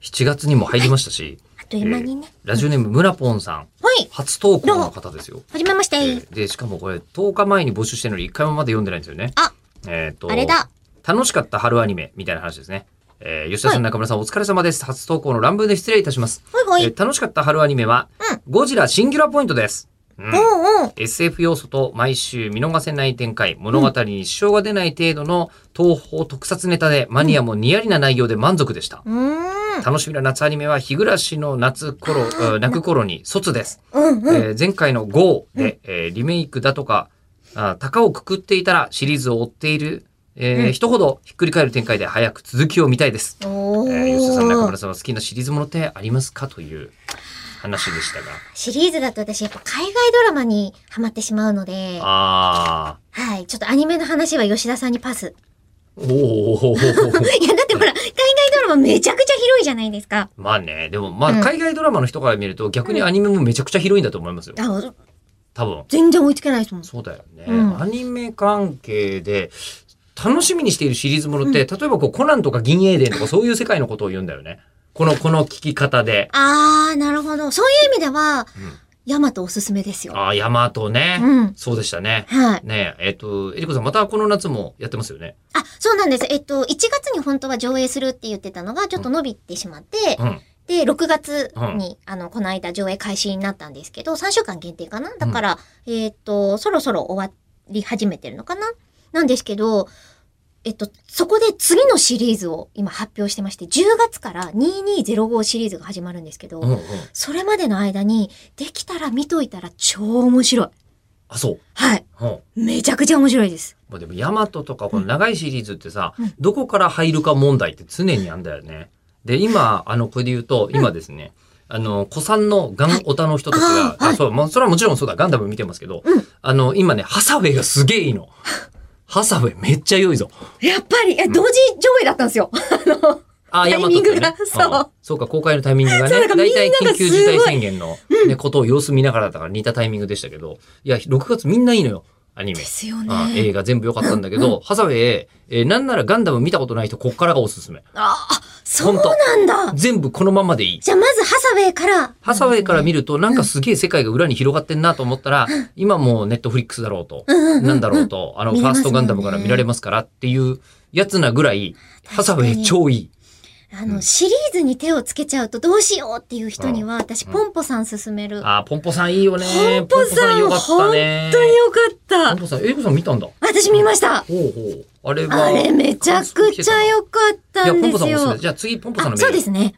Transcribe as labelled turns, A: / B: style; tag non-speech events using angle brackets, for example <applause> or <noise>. A: 7月にも入りましたし、
B: あっという間にね。
A: えーラジオネーム、ムラポンさん。
B: はい。
A: 初投稿の方ですよ。
B: はじめまして。
A: えーで、しかもこれ、10日前に募集してるのに1回もまだ読んでないんですよね。
B: あ、
A: えっ、と、
B: あれだ。
A: 楽しかった春アニメみたいな話ですね。えー吉田さん、中村さん、お疲れ様です。初投稿の乱文で失礼いたします。
B: ほいほい。
A: えー楽しかった春アニメは、ゴジラシンギュラポイントです。うん
B: おうおう。
A: SF 要素と毎週見逃せない展開、物語に支障が出ない程度の東宝特撮ネタでマニアもニヤリな内容で満足でした。
B: うーん。
A: 楽しみな夏アニメは日暮らしの夏頃、うん泣く頃に卒です。
B: うんうん。
A: えー前回の GO で、えーリメイクだとか、あ高をくくっていたらシリーズを追っている、えー
B: うん
A: 人ほどひっくり返る展開で早く続きを見たいです。
B: お
A: えー吉田さん、中村
B: ー
A: さんは好きなシリーズものってありますかという話でしたが。
B: シリーズだと私やっぱ海外ドラマにハマってしまうので、
A: あ
B: はい。ちょっとアニメの話は吉田さんにパス。
A: ー。おー。 <laughs>
B: いや、だってほら、海外ドラマめちゃくちゃ広いじゃないですか。
A: まあね、でもまあ
B: うん
A: 海外ドラマの人から見ると逆にアニメもめちゃくちゃ広いんだと思いますよ。
B: あ
A: 多分。
B: 全然追いつけないですもん。
A: そうだよね。
B: うん
A: アニメ関係で楽しみにしているシリーズものって、例えばこうコナンとか銀英伝とかそういう世界のことを言うんだよね。この、この聞き方で。
B: あー、なるほど。そういう意味では、
A: うん
B: ヤマトおすすめですよ。
A: ああ、ヤマトね、
B: うん
A: そうでしたね。
B: はい。
A: ねえ、えっ、と、えりこさんまたこの夏もやってますよね。
B: あ、そうなんです。えっと、1月に本当は上映するって言ってたのが、ちょっと伸びてしまって、
A: うん。
B: で、6月に、あの、この間上映開始になったんですけど、3週間限定かなだから、えーっと、そろそろ終わり始めてるのかななんですけど、えっと、そこで次のシリーズを今発表してまして、10月から2205シリーズが始まるんですけど、
A: うんうん。
B: それまでの間に、できたら見といたら超面白い。
A: あ、そう。
B: はい。
A: うん。
B: めちゃくちゃ面白いです。
A: まあでも、ヤマトとかこの長いシリーズってさ、
B: うん
A: どこから入るか問題って常にあんだよね。で、今、あの、これで言うと、今ですね、あの、古参のガンオタの人たちが、
B: はいあー
A: あ
B: はい
A: そう、まあ、それはもちろんそうだ、ガンダム見てますけど、
B: うん
A: あの、今ね、ハサウェイがすげえいい
B: <laughs>
A: の。ハサウェイめっちゃ良いぞ。
B: やっぱり、いや同時上映だったんですよ。
A: あー
B: タイミングが
A: ヤマトって
B: そう
A: そうか、公開のタイミングが
B: そう
A: ね、
B: だから
A: 大体
B: みん
A: 緊
B: ながすご
A: 急
B: い
A: 事態宣言の、ね、ことを様子見ながらだから似たタイミングでしたけど、いや、6月みんないいのよ、アニメ
B: で。すよ
A: あ映
B: ね。
A: 画全部良かったんだけど、ハサウェイ、えーなんならガンダム見たことない人、こっからがおすすめ。
B: ああ、そうなんだ。
A: 全部このままでいい。
B: じゃあまずハサウェイから。
A: ハサウェイから見ると、なんかすげえ世界が裏に広がってんなと思ったら、今もうネットフリックスだろうと、
B: うんうんうんう
A: <laughs>
B: ん
A: なんだろうと、あの、フ
B: 見れ
A: ァー
B: ます
A: ス
B: もんね
A: トガンダムから見られますからっていうやつなぐらい、ハサウェイ超いい。
B: あ
A: う
B: の、
A: ん
B: シリーズに手をつけちゃうとどうしようっていう人には、私、
A: うん
B: ポンポさん勧める。本
A: あー、ポンポさんいいよね。
B: ポンポさん
A: ポンポよかったね。
B: 当によか
A: ポ
B: っ
A: ン
B: た。
A: ポさん、えりこさん見たんだ。
B: 私見ました。
A: ほうほう。あれは。
B: あれ、めちゃくちゃよかった
A: いや、
B: ん
A: ポンポ
B: で
A: さ
B: す
A: んおすすめ。
B: よ。
A: じゃあ次、ポンポさん
B: あ、
A: のメー
B: そう
A: ル
B: ですね。